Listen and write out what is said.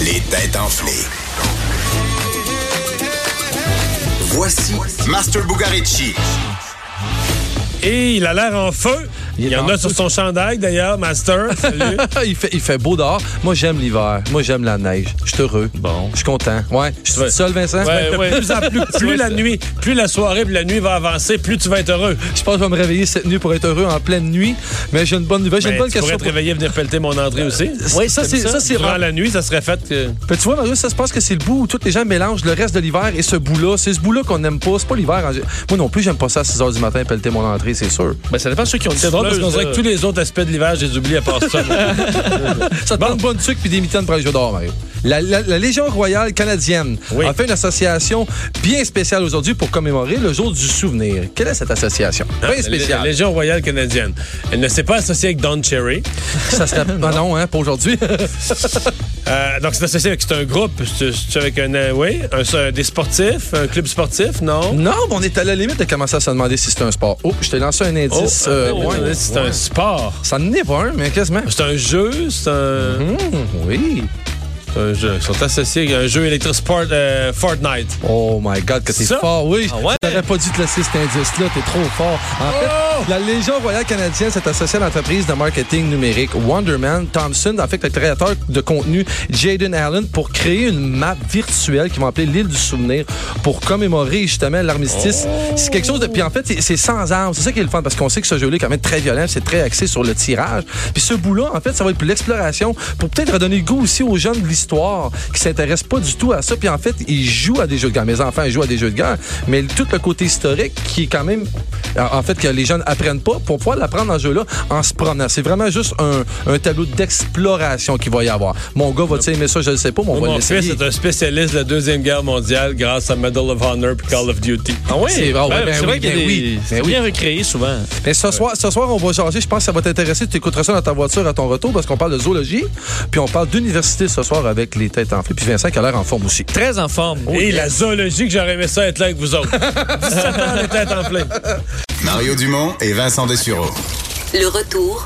Les têtes enflées. Voici Master Bugaricci. Et il a l'air en feu. Il y en a sur son chandail, d'ailleurs, Master. Salut. Ah, il, fait, il fait beau dehors. Moi, j'aime l'hiver. Moi, j'aime la neige. Je suis heureux. Bon. Je suis content. Ouais. Je suis Ouais. seul, Vincent. Ouais, ouais. Plus, en plus, plus la nuit, plus la soirée, plus la nuit va avancer, plus tu vas être heureux. Je pense que je vais me réveiller cette nuit pour être heureux en pleine nuit. Mais j'ai une bonne nouvelle. J'ai Mais Ben, une bonne Ben, tu pourrais question. te pour- réveiller et venir pelleter mon entrée aussi. Oui, ça, c'est- ça, c'est Durant rare. la nuit, ça serait fait que. Mais Ben, tu vois, Mario, ça se passe que c'est le bout où tous les gens mélangent le reste de l'hiver et ce bout-là. C'est ce bout-là qu'on n'aime pas. C'est pas l'hiver. en gé- Moi non plus, j'aime pas ça à 6 h du matin, pelleter mon entrée, c'est sûr. Ben, ça dépend de ceux qui ont une C'est drôle parce qu'on souffleuse, dirait là. que tous les autres aspects de l'hiver, j'ai oublié à part ça. Ça te prend une bonne tuque puis des mitaines pour les jeux d'or, Mario. La, la- la Légion royale canadienne Oui. a fait une association bien spéciale aujourd'hui pour commémorer le jour du souvenir. Quelle est cette association? Bien Ah, La spéciale. Légion royale canadienne. Elle ne s'est pas associée avec Don Cherry. Ça serait... Ah non, hein, pas aujourd'hui. Euh, donc, c'est associé avec c'est un groupe. C'est c'est avec un, euh, oui, un- un- des sportifs, un club sportif, non? non, mais on est à la limite de commencer à se demander si c'est un sport. Oh, je t'ai lancé un Oh, indice. euh, euh, ouais. c'est un sport. Ça n'en est pas un, mais quasiment. C'est un jeu, c'est un, Hmm, oui. c'est un jeu. Ils sont associés à un jeu électrosport euh, Fortnite. Oh my God, que t'es Ça? fort, oui. Ah ouais? T'aurais pas dû te laisser cet indice-là, t'es trop fort. En Oh! fait, la Légion royale canadienne s'est associée à l'entreprise de marketing numérique Wonderman Thompson, en fait le créateur de contenu Jaden Allen, pour créer une map virtuelle qui va appeler l'île du souvenir pour commémorer justement l'armistice. Oh! C'est quelque chose de... Puis en fait, c'est- c'est sans armes. C'est ça qui est le fun, parce qu'on sait que ce jeu-là est quand même très violent, c'est très axé sur le tirage. Puis ce bout-là, en fait, ça va être pour l'exploration, pour peut-être redonner le goût aussi aux jeunes de l'histoire qui s'intéressent pas du tout à ça. Puis en fait, ils jouent à des jeux de guerre. Mes enfants ils jouent à des jeux de guerre, mais tout le côté historique qui est quand même, euh, en en fait, que les jeunes apprennent pas pour pouvoir l'apprendre dans ce jeu-là en se promenant. C'est vraiment juste un, un tableau d'exploration qu'il va y avoir. Mon gars va-tu aimer ça? Je ne sais pas, mais on Moi, va mon fils l'essayer. est un spécialiste de la Deuxième Guerre mondiale grâce à Medal of Honor et Call of Duty. Ah oui? C'est ah ouais, Ouais, ben c'est oui, vrai qu'il y a ben des- oui, c'est ben oui. bien recréé souvent. Mais ce soir, ce soir, on va changer. Je pense que ça va t'intéresser. Tu écouteras ça dans ta voiture à ton retour parce qu'on parle de zoologie. Puis on parle d'université ce soir avec les têtes enflées. Puis Vincent qui a l'air en forme aussi. Très en forme. Et la zoologie que j'aurais aimé ça être là avec vous autres. 17 ans, les têtes enflées. Mario Dumont et Vincent Dessureau. Le retour